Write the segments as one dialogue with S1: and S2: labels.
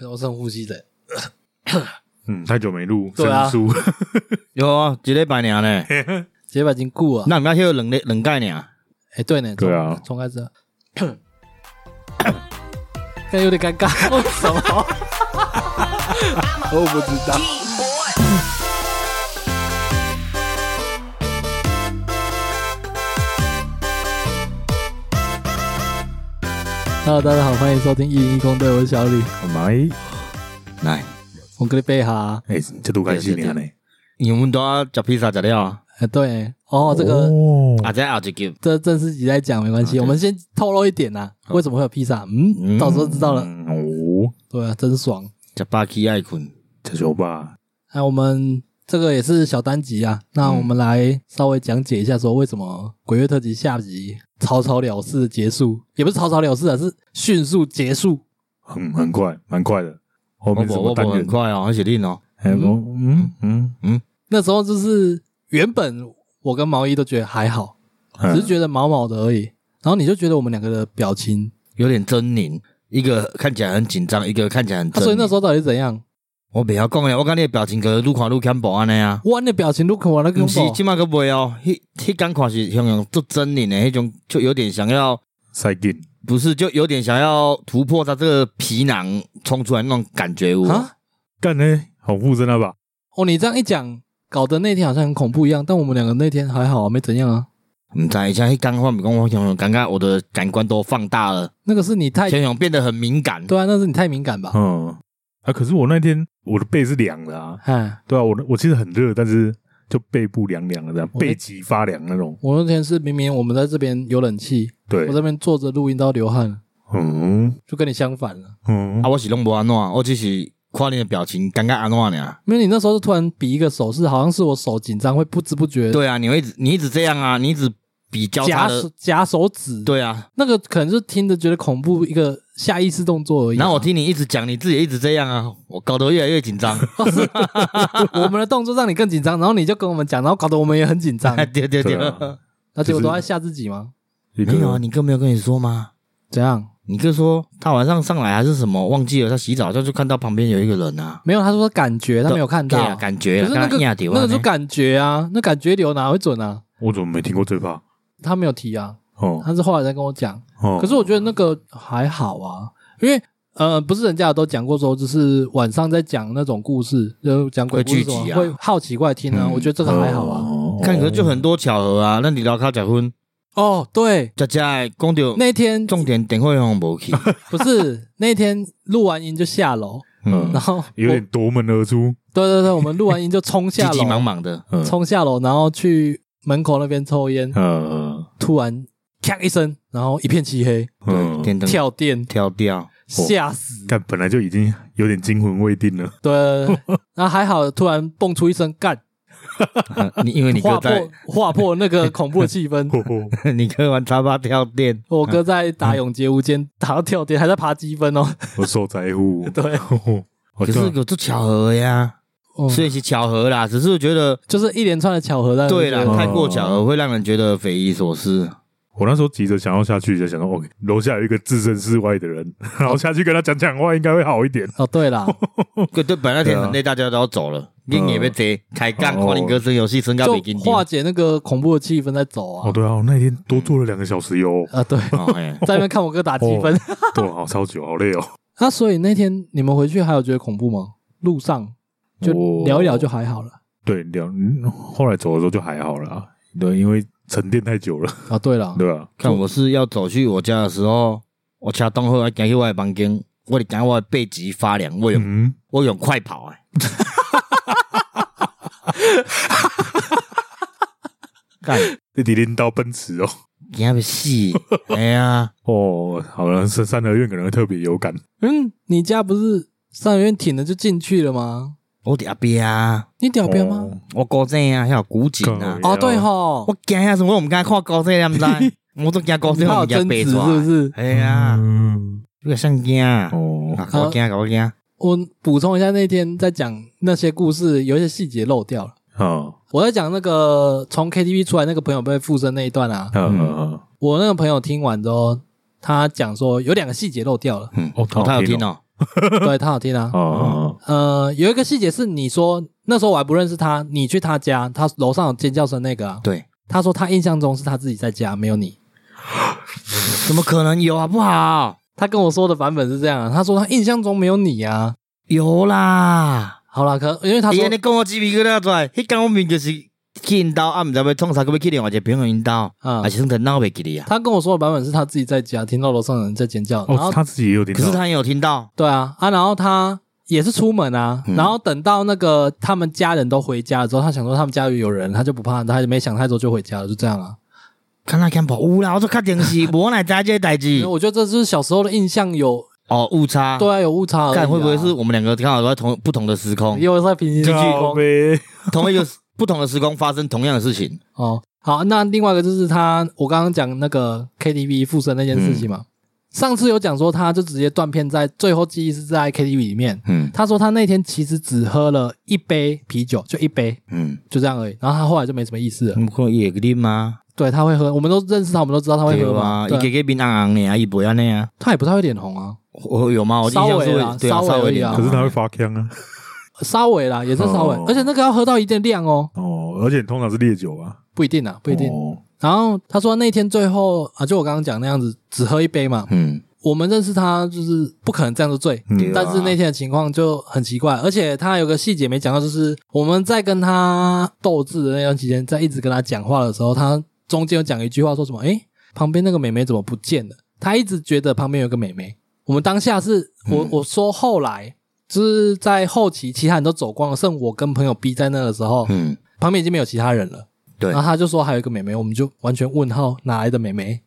S1: 然后深呼吸的，
S2: 嗯，太久没录，
S1: 对啊
S2: 生疏
S3: 有啊，一礼拜尔 呢，
S1: 结巴已经固啊。
S3: 那们要休两礼两届尔。
S1: 哎，对呢，从
S2: 对啊
S1: 从开始啊，看有点尴尬，为什么？ 我不知道。Hello，大家好，欢迎收听一零一公队，我是小李，
S2: 好嘛？哎，
S3: 来，
S1: 我跟你背哈。
S2: 哎这都开始呢。
S3: 因为我们都要食披萨食了啊，
S1: 哎，对哦，这个
S2: 哦
S3: 啊，再后一集，
S1: 这正式集再讲没关系，
S3: 啊对
S1: 我们先透露一点呐、为什么会有披萨？嗯，
S3: 嗯
S1: 到时候知道了。
S2: 嗯哦，
S1: 对啊，真爽！
S3: 食饱起爱困，
S2: 这酒吧，
S1: 哎，我们这个也是小单集啊，那我
S2: 嗯
S1: 们来稍微讲解一下，说为什么《鬼月特辑》下集草草了事的结束，也不是草草了事啊，是迅速结束。
S2: 很很快，蛮快的。后
S3: 我
S2: 面什
S3: 我
S2: 么
S3: 我
S2: 单
S3: 很
S2: 元？
S3: 快哦，而且恁哦，
S2: 哎我嗯嗯
S1: 那时候就是原本我跟毛衣都觉得还好，只
S2: 嗯，
S1: 是觉得毛毛的而已，然后你就觉得我们两个的表情，
S3: 有点狰狞，一个看起来很紧张，一个看起来很狰
S1: 啊
S3: 狞。
S1: 所以那时候到底是怎样？
S3: 我袂晓讲诶，我讲你的表情个愈看愈恐怖安尼啊。
S1: 哇，你的表情都看完了，
S3: 毋是，即马个袂哦，迄迄刚看是像用做狰狞诶，迄种就有点想要，
S2: 塞进
S3: 不是就有点想要突破他这个皮囊冲出来那种感觉有无。
S1: 啊，
S2: 干呢，好附身了吧？
S1: 哦，你这样一讲，搞得那天好像很恐怖一样，但我们两个那天还好啊，没怎样啊。
S3: 毋知，而且迄刚我毋讲，我想想，感觉我的感官都放大了，
S1: 那个是你太
S3: 想想变得很敏感。
S1: 对啊，那是你太敏感吧？
S2: 嗯啊，可是我那天我的背是凉的啊，
S1: 哎，
S2: 对啊，我的我其实很热，但是就背部凉凉的，这样
S1: 我的
S2: 背脊发凉那种。
S1: 我那天是明明我们在这边有冷气，
S2: 对
S1: 我，这边坐着录音都流汗，
S2: 嗯
S1: 就跟你相反了。
S2: 嗯
S3: 啊，，我是拢无安怎，我只是看你的表情，感觉安怎尔。
S1: 因为你那时候就突然比一个手势，好像是我手紧张会不知不觉
S3: 对啊，你会一直你一直这样啊，你一直比交叉
S1: 夹
S3: 的
S1: 手，夹手指，，
S3: 对啊。
S1: 那个可能就听着觉得恐怖一个下意识动作而已啊。
S3: 然后我听你一直讲，你自己也一直这样啊，我搞得越来越紧张。
S1: 我们的动作让你更紧张，然后你就跟我们讲，然后搞得我们也很紧张，
S3: 对对对
S2: 对，啊
S1: 那结果
S2: 就是
S1: 都在吓自己吗？
S2: 一个
S3: 没有啊，你哥没有跟你说吗？
S1: 怎样？
S3: 你哥说他晚上上来还是什么，忘记了，他洗澡就就看到旁边有一个人啊，
S1: 没有，他说感觉，他没有看
S3: 对啊，
S1: 到。
S3: 感觉
S1: 可
S3: 啊
S1: 是那个
S3: 看到他压到
S1: 那个
S3: 呢
S1: 就感觉啊，那感觉流哪会准啊？
S2: 我怎么没听过这怕？
S1: 他没有提啊，
S2: 哦
S1: 他是后来才跟我讲。
S2: 哦，
S1: 可是我觉得那个还好啊，因为呃，不是人家都讲过说，就是晚上在讲那种故事，就讲鬼故事
S3: 会聚
S1: 什么
S3: 集啊
S1: 会好奇怪听啊。
S3: 嗯
S1: 我觉得这个还好啊。
S2: 哦
S3: 看，可是就很多巧合啊。那你聊卡结婚，
S1: 哦，对，
S3: 佳佳讲到
S1: 那天
S3: 重点点会让无去，
S1: 不是那天录完音就下楼，
S3: 嗯
S1: 然，后我
S2: 有点夺门而出。
S1: 对对对，我们录完音就冲
S3: 急
S1: 下
S3: 急忙
S1: 楼，
S3: 忙的，
S2: 嗯
S1: 冲下楼，然后去门口那边抽烟，
S2: 嗯
S1: 突然咔一声，然后一片漆黑，
S2: 嗯，
S3: 电灯
S1: 跳电，
S3: 跳掉，
S1: 吓死。
S2: 干本来就已经有点惊魂未定 了。
S1: 对，然后还好，突然蹦出一声干，
S3: 啊 你因为你
S1: 划
S3: 哥
S1: 破
S3: 在，
S1: 划破那个恐怖的气 氛。
S2: 吼吼
S3: 你哥玩叉八跳电，
S1: 我 哥在打永劫无间，打到跳电，还在爬积分哦。
S2: 我受灾户。哦啊
S1: 对哦
S2: 吼吼， 可
S3: 可是有这巧合呀，虽然是巧合啦，只是我觉得
S1: 就是一连串的巧合，但是
S3: 对啦
S1: 觉，得
S3: 太过巧合会让人觉得匪夷所思。
S2: 我那时候急着想要下去，就想到哦，楼下有一个置身事外的人， 然后下去跟他讲讲话，应该会好一点。
S1: 哦，对 啦，
S3: 对对，本来那天很累，大家都要走了，你也被贼开杠，
S2: 啊哦
S3: 看你哥真游戏身高
S1: 就
S3: 比金哦低。
S1: 化解那个恐怖的气氛再走啊
S2: 哦，。对啊，我那天多坐了两个小时哟。
S1: 啊， 对，
S3: 哦嘿
S1: 在那边看我哥打积分。
S3: 哦
S2: 对，好超久，好累哦。
S1: 那所以那天你们回去还有觉得恐怖吗？路上就
S2: 我
S1: 聊一聊就还好了。
S2: 对，聊。嗯后来走的时候就还好啦。 对，因为沉淀太久了，
S1: 啊，对啦，
S2: 对吧？
S3: 看我是要走去我家的时候，我车动后还行去我的房间，我就感觉我的背脊发凉，我用
S2: 嗯，
S3: 我用快 跑哎。干，
S2: 一滴拎到奔驰哦。
S3: 惊要 死！哎呀，
S2: 哦，好了，三三合院可能会特别有感。
S1: 嗯，你家不是上院挺了就进去了吗？
S3: 我伫阿边啊，
S1: 你屌边吗？
S2: 哦？
S3: 我高正啊，还有古井啊
S2: 靠，
S1: 哦，对吼，
S3: 我惊遐什么？我们刚看高正，你 毋知？我都惊高正，
S1: 他有
S3: 我们惊
S1: 争
S3: 白
S1: 执
S3: 蛇
S1: 是不是？
S3: 哎呀，
S2: 嗯，
S3: 你个上惊啊！
S2: 哦，
S3: 啊，搞惊搞
S1: 嗯
S3: 惊！
S1: 我补充一下，那天在讲那些故事，有一些细节漏掉了。
S2: 好，
S1: 我在讲那个从 KTV 出来那个朋友被附身那一段啊，
S2: 嗯嗯，
S1: 我那个朋友听完之后，他讲说有两个细节漏掉了。
S3: 嗯，
S2: 哦
S3: 哦，
S2: 他
S3: 他
S2: 有
S3: 有
S2: 听
S3: 听哦，
S1: 对他好听啊。
S2: 哦，
S1: 呃，有一个细节是你说那时候我还不认识他，你去他家，他楼上有尖叫声那个、啊，
S3: 对，
S1: 他说他印象中是他自己在家，没有你。
S3: 怎么可能有好不好？
S1: 他跟我说的版本是这样、啊，他说他印象中没有你啊。
S3: 有啦，
S1: 好啦，可因为他
S3: 伊
S1: 说
S3: 安尼讲我鸡皮疙瘩出来，迄间我明明就是去因兜，啊，毋知要创啥，佮要去另外一个朋友因兜，
S1: 啊
S3: 还，是算在闹袂记哩啊。
S1: 他跟我说的版本是他自己在家听到楼上有人在尖叫，然后
S2: 哦，他自己也有听
S3: 可是
S2: 到，
S3: 他也有听到，
S1: 对啊啊，然后他也是出门啊，
S3: 嗯
S1: 然后等到那个他们家人都回家了之后，他想说他们家里有人，他就不怕，他也没想太多就回家了，就这样啊。
S3: 看他看跑有啦，我说看 电视，无我哪知道这个代
S1: 因
S3: 志
S1: 为。我觉得这就是小时候的印象有
S3: 哦，误差，
S1: 对啊有误差而已、啊，
S3: 看会不会是我们两个刚好都在同不同的时空，
S1: 又在平行时
S2: 靠
S1: 空
S2: 呗，
S3: 同一个 不同的时空发生同样的事情？
S1: 哦？好，那另外一个就是他，我刚刚讲那个 KTV 附身那件事情嘛，上次有讲说他就直接断片在最后记忆是在 KTV 里面。
S3: 嗯
S1: 他说他那天其实只喝了一杯啤酒，就一杯，
S3: 嗯，
S1: 就这样而已。然后他后来就没什么意思了。
S3: 你看伊会啉吗？
S1: 对，他会喝，嗯我们都认识他，我们都知道他会
S3: 对
S1: 喝嘛。
S3: 啊，伊
S1: 对
S3: 给给面红红的啊，伊袂安尼啊。
S1: 他也不太会脸红啊，
S3: 我有吗？我印象是
S1: 稍微啦
S3: 会，对啊，
S1: 稍微
S3: 稍微有
S1: 而已
S3: 点
S1: 啊
S3: 红。
S2: 可是他会发枪啊，
S1: 稍微啦，也是稍微，
S2: 哦
S1: 而且那个要喝到一定量哦，
S2: 哦，而且通常是烈酒啊，
S1: 不一定啊，不一定。
S2: 哦
S1: 然后他说那天最后啊，就我刚刚讲那样子，只喝一杯嘛。
S3: 嗯，
S1: 我们认识他就是不可能这样子醉，
S2: 嗯
S3: 对啊
S1: 但是那天的情况就很奇怪，而且他有个细节没讲到，就是我们在跟他斗智的那段期间，在一直跟他讲话的时候，他中间有讲一句话，说什么？诶，旁边那个美眉怎么不见了？他一直觉得旁边有个美眉。我们当下是
S3: 嗯
S1: 我我说后来就是在后期，其他人都走光了，剩我跟朋友逼在那的时候，
S3: 嗯，
S1: 旁边已经没有其他人了。
S3: 对
S1: 然后他就说还有一个美眉，我们就完全问号，哪来的美眉？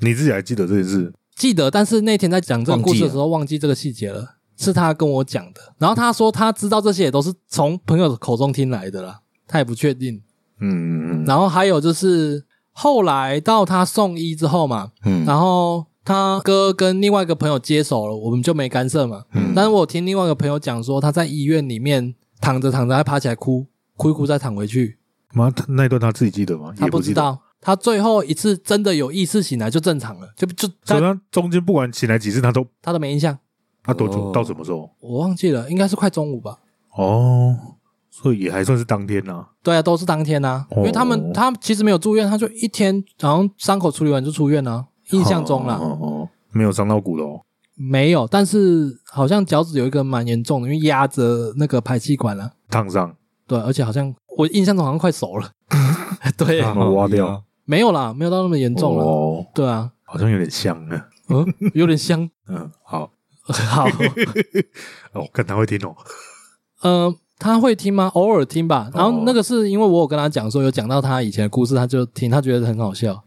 S2: 你自己还记得这件事？
S1: 记得，但是那天在讲这个故事的时候忘记这个细节了，是他跟我讲的。然后他说他知道这些也都是从朋友的口中听来的啦，他也不确定。
S2: 嗯嗯嗯，
S1: 然后还有就是后来到他送医之后嘛，
S3: 嗯
S1: 然后他哥跟另外一个朋友接手了，我们就没干涉嘛。
S3: 嗯
S1: 但是我听另外一个朋友讲说，他在医院里面躺着躺着，还爬起来哭，哭一哭再躺回去，
S2: 妈，他那一段他自己记得吗？
S1: 他
S2: 也不
S1: 知
S2: 记得。
S1: 道。他最后一次真的有意识醒来就正常了，就就
S2: 所以
S1: 他
S2: 他中间不管醒来几次，他都
S1: 他都没印象，
S2: 他多久
S3: 哦
S2: 到什么时候？
S1: 我忘记了，应该是快中午吧。
S2: 哦，所以也还算是当天呐。
S1: 对啊，都是当天呐、
S2: 哦
S1: 因为他们他其实没有住院，他就一天好像伤口处理完就出院了、啊印象中啦、
S2: 哦哦哦，没有伤到骨头。
S1: 没有，但是好像脚趾有一个蛮严重的，因为压着那个排气管了、
S2: 烫伤，
S1: 对，而且好像我印象中好像快熟了， 对，
S2: 把它哦挖
S3: 哎
S2: 掉
S3: 呀，
S1: 没有啦，没有到那么严重了、
S2: 哦，
S1: 对啊，
S2: 好像有点像呢。
S1: 嗯，有点香，
S2: 嗯，好，
S1: 好，
S2: 哦，看他会听哦。
S1: 呃，他会听吗？偶尔听吧。然后
S2: 哦
S1: 那个是因为我有跟他讲说，有讲到他以前的故事，他就听，他觉得很好 笑。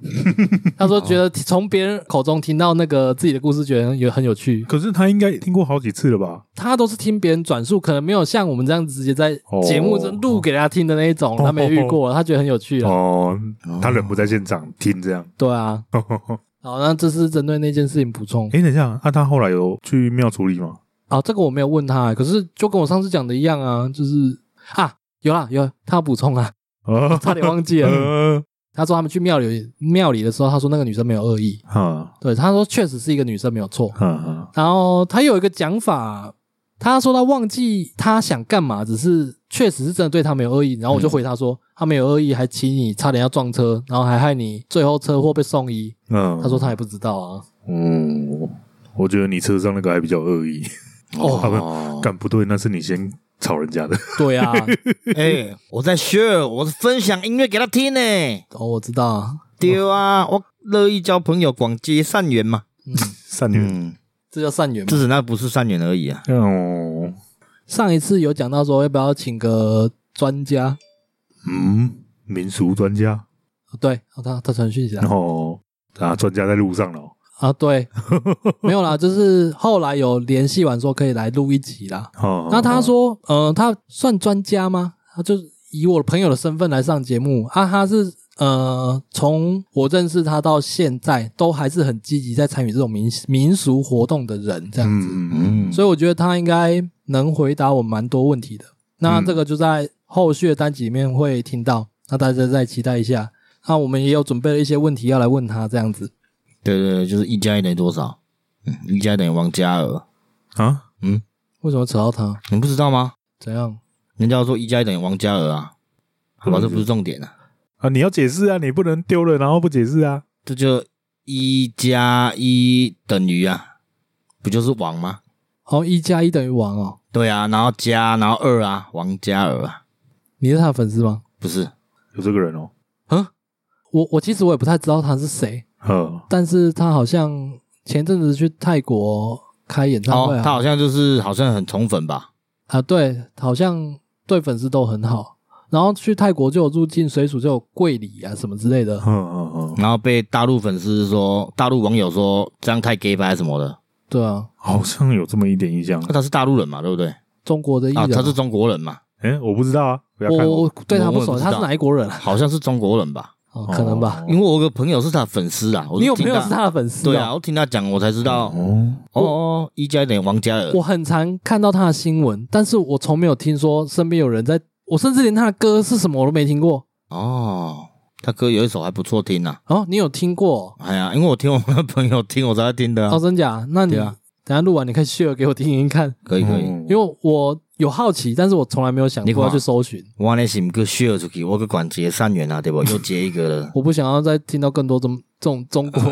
S1: 他说觉得从别人口中听到那个自己的故事，觉得有很有趣。
S2: 可是他应该也听过好几次了吧？
S1: 他都是听别人转述，可能没有像我们这样直接在
S2: 哦
S1: 节目中录给他听的那一种，
S2: 哦
S1: 他没遇过，他觉得很有趣啊。
S2: 哦，他人不在现场听这样。
S1: 对啊，
S2: 哦
S1: 好，那这是针对那件事情补充。
S2: 哎，等一下，那他后来有去庙处理吗？
S1: 啊，这个我没有问他，可是就跟我上次讲的一样啊，就是啊，有啦有啦，他要补充啊，
S2: 啊，
S1: 差点忘记 了。
S2: 呃，
S1: 他说他们去庙里庙里的时候，他说那个女生没有恶意，
S2: 哈
S1: 对，他说确实是一个女生没有错。
S2: 哈哈，
S1: 然后他有一个讲法，他说他忘记他想干嘛，只是确实是真的对他没有恶意。然后我就回他说、他没有恶意，还骑你差点要撞车，然后还害你最后车祸被送医。
S2: 嗯，
S1: 他说他也不知道啊，
S2: 嗯，我觉得你车上那个还比较恶意。
S3: 哦，
S2: 干不对，那是你先吵 人家的。
S1: 对啊，
S3: 哎，我在 share，我分享音乐给他听呢。
S1: 哦，我知道啊，
S3: 对啊，我乐意交朋友，广结善缘嘛。
S1: 嗯，
S2: 善女，
S3: 嗯，
S1: 这叫善缘嘛
S3: 至。少那不是善缘而已啊。
S2: 哦，
S1: 上一次有讲到说要不要请个专家，
S2: 嗯，民俗专家
S1: 对，哦他他传讯息来
S2: 然。后啊，专家在路上了哦
S1: 啊， 对，没有啦，就是后来有联系完说可以来录一集啦。
S2: 哦。
S1: 那他说，呃，他算专家吗？他就以我朋友的身份来上节目啊，他是呃，从我认识他到现在，都还是很积极在参与这种民民俗活动的人，这样子。
S2: 嗯嗯
S3: 嗯，
S1: 所以我觉得他应该能回答我蛮多问题的。那
S2: 嗯
S1: 这个就在后续的单集里面会听到，那大家再期待一下。那我们也有准备了一些问题要来问他，这样子。
S3: 对对对，就是一加一等于多少？嗯，一加一等于王嘉尔。
S2: 啊，
S3: 嗯，
S1: 为什么扯到他？
S3: 你不知道吗？
S1: 怎样？
S3: 人家说一加一等于王嘉尔啊，好吧，
S2: 嗯
S3: 这不是重点啊，
S2: 啊，你要解释啊，你不能丢了然后不解释啊。
S3: 这就一加一等于啊，不就是王吗？
S1: 哦，一加一等于王哦，
S3: 对啊，然后加，然后二啊，王嘉尔啊，
S1: 你是他的粉丝吗？
S3: 不是
S2: 有这个人哦，
S1: 我我其实我也不太知道他是谁，
S2: 呃，
S1: 但是他好像前阵子去泰国开演唱会
S3: 哦，他
S1: 啊，
S3: 好像就是好像很宠粉吧？
S1: 啊对，好像对粉丝都很好。然后去泰国就有入境水署就有跪礼啊什么之类的
S2: 嗯，嗯嗯，
S3: 然后被大陆粉丝说，大陆网友说这样太 gay 白什么的。啊
S1: 对啊，
S2: 好像有这么一点印象。
S3: 那他是大陆人嘛，对不对？
S1: 中国的艺
S3: 啊，
S1: 人啊、
S3: 他是中国人嘛，
S2: 哎，我不知道啊，不要看
S1: 我我对他
S3: 我
S1: 不
S3: 也
S1: 熟，
S3: 不知
S1: 他是
S3: 道
S1: 哪一国人啊？
S3: 好像是中国人吧？
S1: 哦，可能吧。
S3: 因为我有个朋友是他的粉丝啊，我
S1: 你有
S3: 听
S1: 朋友是他的粉丝、哦？
S3: 对啊，我听他讲我才知
S1: 嗯
S3: 道。
S2: 哦，
S3: 哦哦，一加一等于王嘉尔。
S1: 我很常看到他的新闻，但是我从没有听说身边有人在，我甚至连他的歌是什么我都没听过。
S3: 哦，他歌有一首还不错听呐。
S1: 哦，你有听过？
S3: 哎呀，因为我听我们的朋友听，我才会听的啊
S1: 哦，。真假？那你、
S3: 对啊
S1: 等一下录完你可以 share 给我听听看，
S3: 可以可以，
S2: 嗯
S1: 因为我有好奇，但是我从来没有想
S3: 你
S1: 过
S3: 看
S1: 要去搜寻。
S3: 我那是唔够 share 出去，我个广结善缘啊，对 不？又结一个了。
S1: 我不想要再听到更多这么这种中国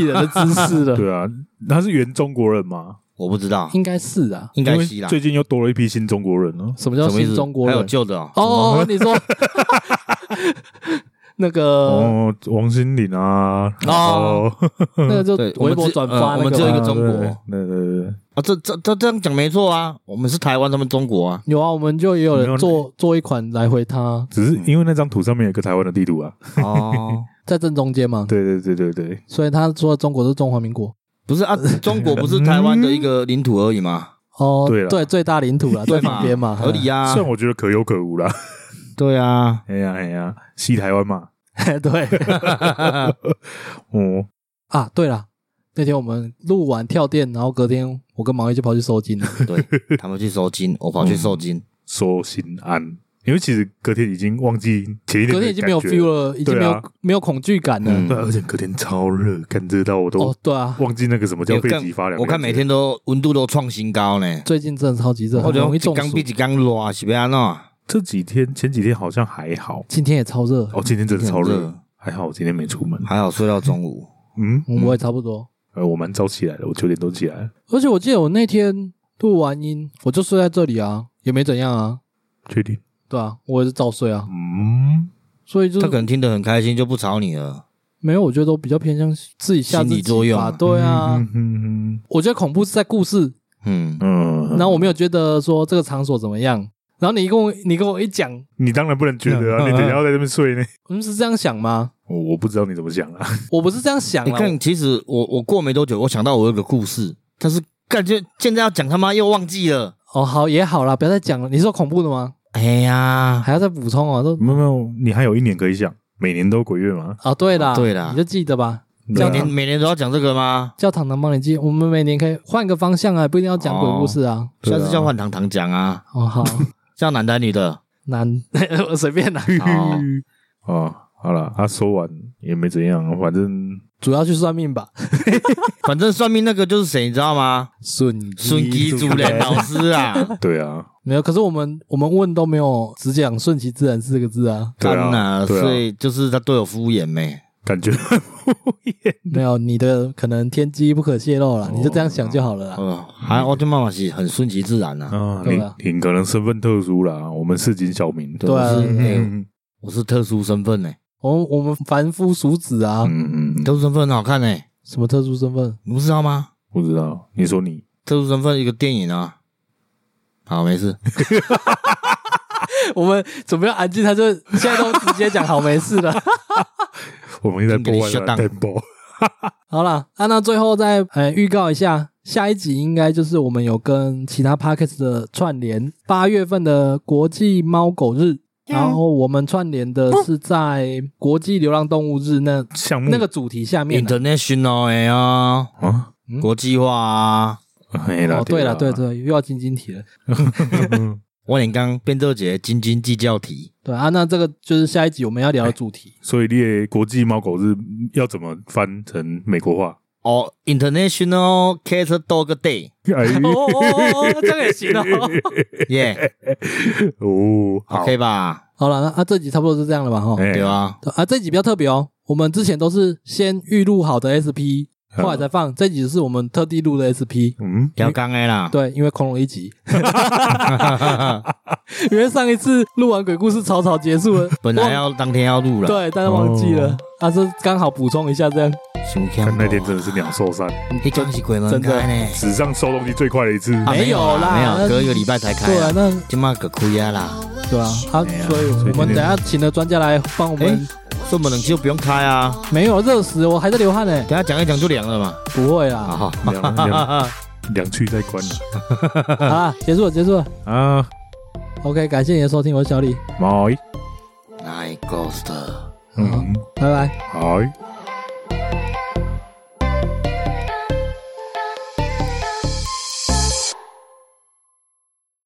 S1: 艺人的知识 了。
S2: 对啊，他是原中国人嘛，
S3: 我不知道，
S1: 应该是啊。
S3: 应
S2: 因
S3: 该
S2: 为
S3: 是啦。
S2: 最近又多了一批新中国人哦。
S1: 什么叫
S3: 什么意
S1: 新
S3: 思？
S1: 中国
S3: 还有
S1: 人？
S3: 旧的哦。
S1: 哦哦，哦你说 那个
S2: 哦，王心凌啊，
S1: 呃哦
S2: 哦，
S1: 那个就
S3: 对我们
S1: 微博
S3: 只
S1: 转
S3: 呃
S1: 发
S3: 我
S1: 那
S3: 们
S1: 个
S3: 只有一
S1: 吧
S3: 个中国
S2: 啊 对对对对，
S3: 啊，这这这这样讲没错啊，我们是台湾，他们中国啊。
S1: 有啊，我们就也有
S2: 没
S1: 人
S2: 有
S1: 做做一款来回他，
S2: 只是因为那张图上面有个台湾的地图
S1: 嗯
S2: 啊。
S3: 哦，
S1: 在正中间嘛，
S2: 对对对对对，
S1: 所以他说中国是中华民国。
S3: 不是啊，中国不是台湾的一个领土而已嘛，
S1: 哦，
S2: 对 啦
S1: 对，最大领土了，最旁
S3: 嘛
S1: 边嘛，
S3: 合理啊
S2: 虽，然我觉得可有可无啦。
S3: 对啊，
S2: 哎呀哎呀，西台湾嘛，
S1: 啊。 对
S2: 哦，
S1: 啊，对了，那天我们录完跳电，然后隔天我跟毛衣就跑去收金了。
S3: 对他们去收金，我跑去收金，
S2: 收心安，因为其实隔天已经忘记前一天的
S1: 隔天已经没有
S2: 感觉
S1: feel 了，已经没
S2: 对
S1: 有、
S2: 啊
S1: 没有恐惧感了。
S3: 嗯
S2: 对，而且隔天超热，感热到我都
S1: 哦，对啊，
S2: 忘记那个什么叫
S3: 我
S2: 背
S3: 看
S2: 脊发凉的感觉。
S3: 我看每天都温度都创新高呢，
S1: 最近真的超级热，
S3: 我
S1: 很
S3: 觉
S1: 容
S3: 得
S1: 易中
S3: 刚
S1: 暑
S3: 比。一刚热啊是不要那，
S2: 这几天前几天好像还好，
S1: 今天也超热，
S2: 哦，今天真的超
S3: 今天
S2: 热
S3: 很热，
S2: 还好我今天没出门。
S3: 还好睡到中午，
S2: 嗯，
S1: 我也差不多。
S2: 呃，我蛮早起来的，我九点多起来了，
S1: 而且我记得我那天录完音，我就睡在这里啊，也没怎样啊，
S2: 确定？
S1: 对啊，我也是照睡啊，
S2: 嗯，
S1: 所以就
S3: 他可
S1: 是
S3: 能听得很开心，就不吵你了。
S1: 没有，我觉得都比较偏向自己吓自己
S3: 心理作用
S1: 吧对啊，
S2: 嗯嗯
S1: 我觉得恐怖是在故事，
S3: 嗯，
S2: 嗯，
S1: 然后我没有觉得说这个场所怎么样，然后你跟我你跟我一讲，
S2: 你当然不能觉得啊，
S1: 嗯
S2: 你等一下要在这边睡呢。
S1: 嗯，是这样想吗？
S2: 我我不知道你怎么想啊，
S1: 我不是这样想
S3: 你
S1: 啊，
S3: 看，其实我我过没多久，我想到我有个故事，但是感觉现在要讲他妈又忘记了。
S1: 哦，好也好啦，不要再讲了。你是说恐怖的吗？
S3: 哎呀，
S1: 还要再补充哦，都
S2: 没有没有，你还有一年可以想，每年都鬼月嘛，
S1: 啊，对啦，
S3: 哦对啦
S1: 你就记得吧。
S3: 每
S1: 教
S3: 年
S1: 堂
S3: 每年都要讲这个吗？
S1: 叫糖糖帮你记，我们每年可以换个方向啊，不一定要讲鬼故事啊。
S2: 对
S3: 下
S2: 啊
S3: 次叫换糖糖讲啊，
S1: 哦， 好
S3: 叫男的女 的。
S1: 难，我随便啦。
S3: 哦，
S2: 啊，好了，他说完也没怎样，啊反正
S1: 主要去算命吧，
S3: 反正算命那个就是谁，你知道吗？
S1: 顺
S3: 孙吉主任老师 啊，
S2: 对啊，
S1: 没有。可是我们我们问都没有只讲顺其自然四个字啊，
S2: 对
S3: 干
S2: 啊，
S3: 呐，
S2: 对啊
S3: 所以就是他对我敷衍没。
S2: 感觉
S1: 没有你的可能天机不可泄露啦，你就这样想就好了啦。
S3: 哦，还我这妈妈是很顺其自然呐。
S2: 啊，
S1: 对啊
S2: 你你可能身份特殊啦，我们市井小民，
S3: 对
S1: 对啊
S3: 我是哎
S2: 嗯
S3: 我是特殊身份呢，
S1: 我们我们凡夫俗子啊，
S2: 嗯嗯，
S3: 特殊身份很好看呢，
S1: 什么特殊身份？
S3: 你不知道吗？
S2: 不知道，你说你
S3: 特殊身份一个电影啊。好，没事。
S1: 我们准备要安静，他就现在都直接讲好没事了。
S2: 我们在
S3: 给你
S2: 播完
S3: shut down
S2: tempo，
S1: 好啦，啊，那最后再呃预告一下，下一集应该就是我们有跟其他 p a c k e t s 的串联，八月份的国际猫狗日，然后我们串联的是在国际流浪动物日那
S2: 项目
S1: 那个主题下面啊、
S3: International 的啊，
S2: 啊，
S1: 嗯
S3: 国际化啊。
S2: 哎啦
S1: 哦，对
S2: 啦
S1: 了，对，对，又要晶晶体了。
S3: 我连刚变奏节斤斤计较题，
S1: 对啊，那这个就是下一集我们要聊的主题。
S2: 所以列国际猫狗日要怎么翻成美国话？
S3: 哦，International Cat Dog Day，
S2: 哎，
S1: 哦哦哦 哦，这样也行哦。
S3: 耶、
S2: 哦， 好
S3: o，k 吧？
S1: 好了，那啊这集差不多是这样了吧？哈，
S2: 哎
S3: 对啊，
S1: 啊这集比较特别哦，我们之前都是先预录好的 SP，后来才放，这集是我们特地录的 SP。
S2: 嗯，
S3: 调刚的啦，
S1: 对，因为恐龙一集， 因为上一次录完鬼故事草草结束了，
S3: 本来要当天要录了，，
S1: 对，但是忘记了，啊，这刚好补充一下这样。
S3: 熊天
S2: 看那天真的是鸟兽散，
S3: 你刚是鬼门
S1: 真的
S3: 开呢，
S2: 史上收东西最快的一次。
S3: 啊
S1: 没有啦
S3: 没
S1: 那
S3: 有，隔一个礼拜才开
S1: 对啊，
S3: 啊，
S1: 那
S3: 今嘛个亏啊啦，
S1: 对啊，啊，所以我们等一下请了专家来帮我们。
S3: 这么冷气就不用开啊，
S1: 没有热死，我还在流汗呢。
S3: 等一下讲一讲就凉了嘛，
S1: 不会 啦，
S3: 啊，
S2: 两两两去再关了
S1: 好啦，结束了，结束了。
S2: 啊！
S1: OK，感谢你的收听，我是小李，
S2: 猫，
S3: 那 ghost。
S2: 嗯，
S1: 拜拜。
S2: 好。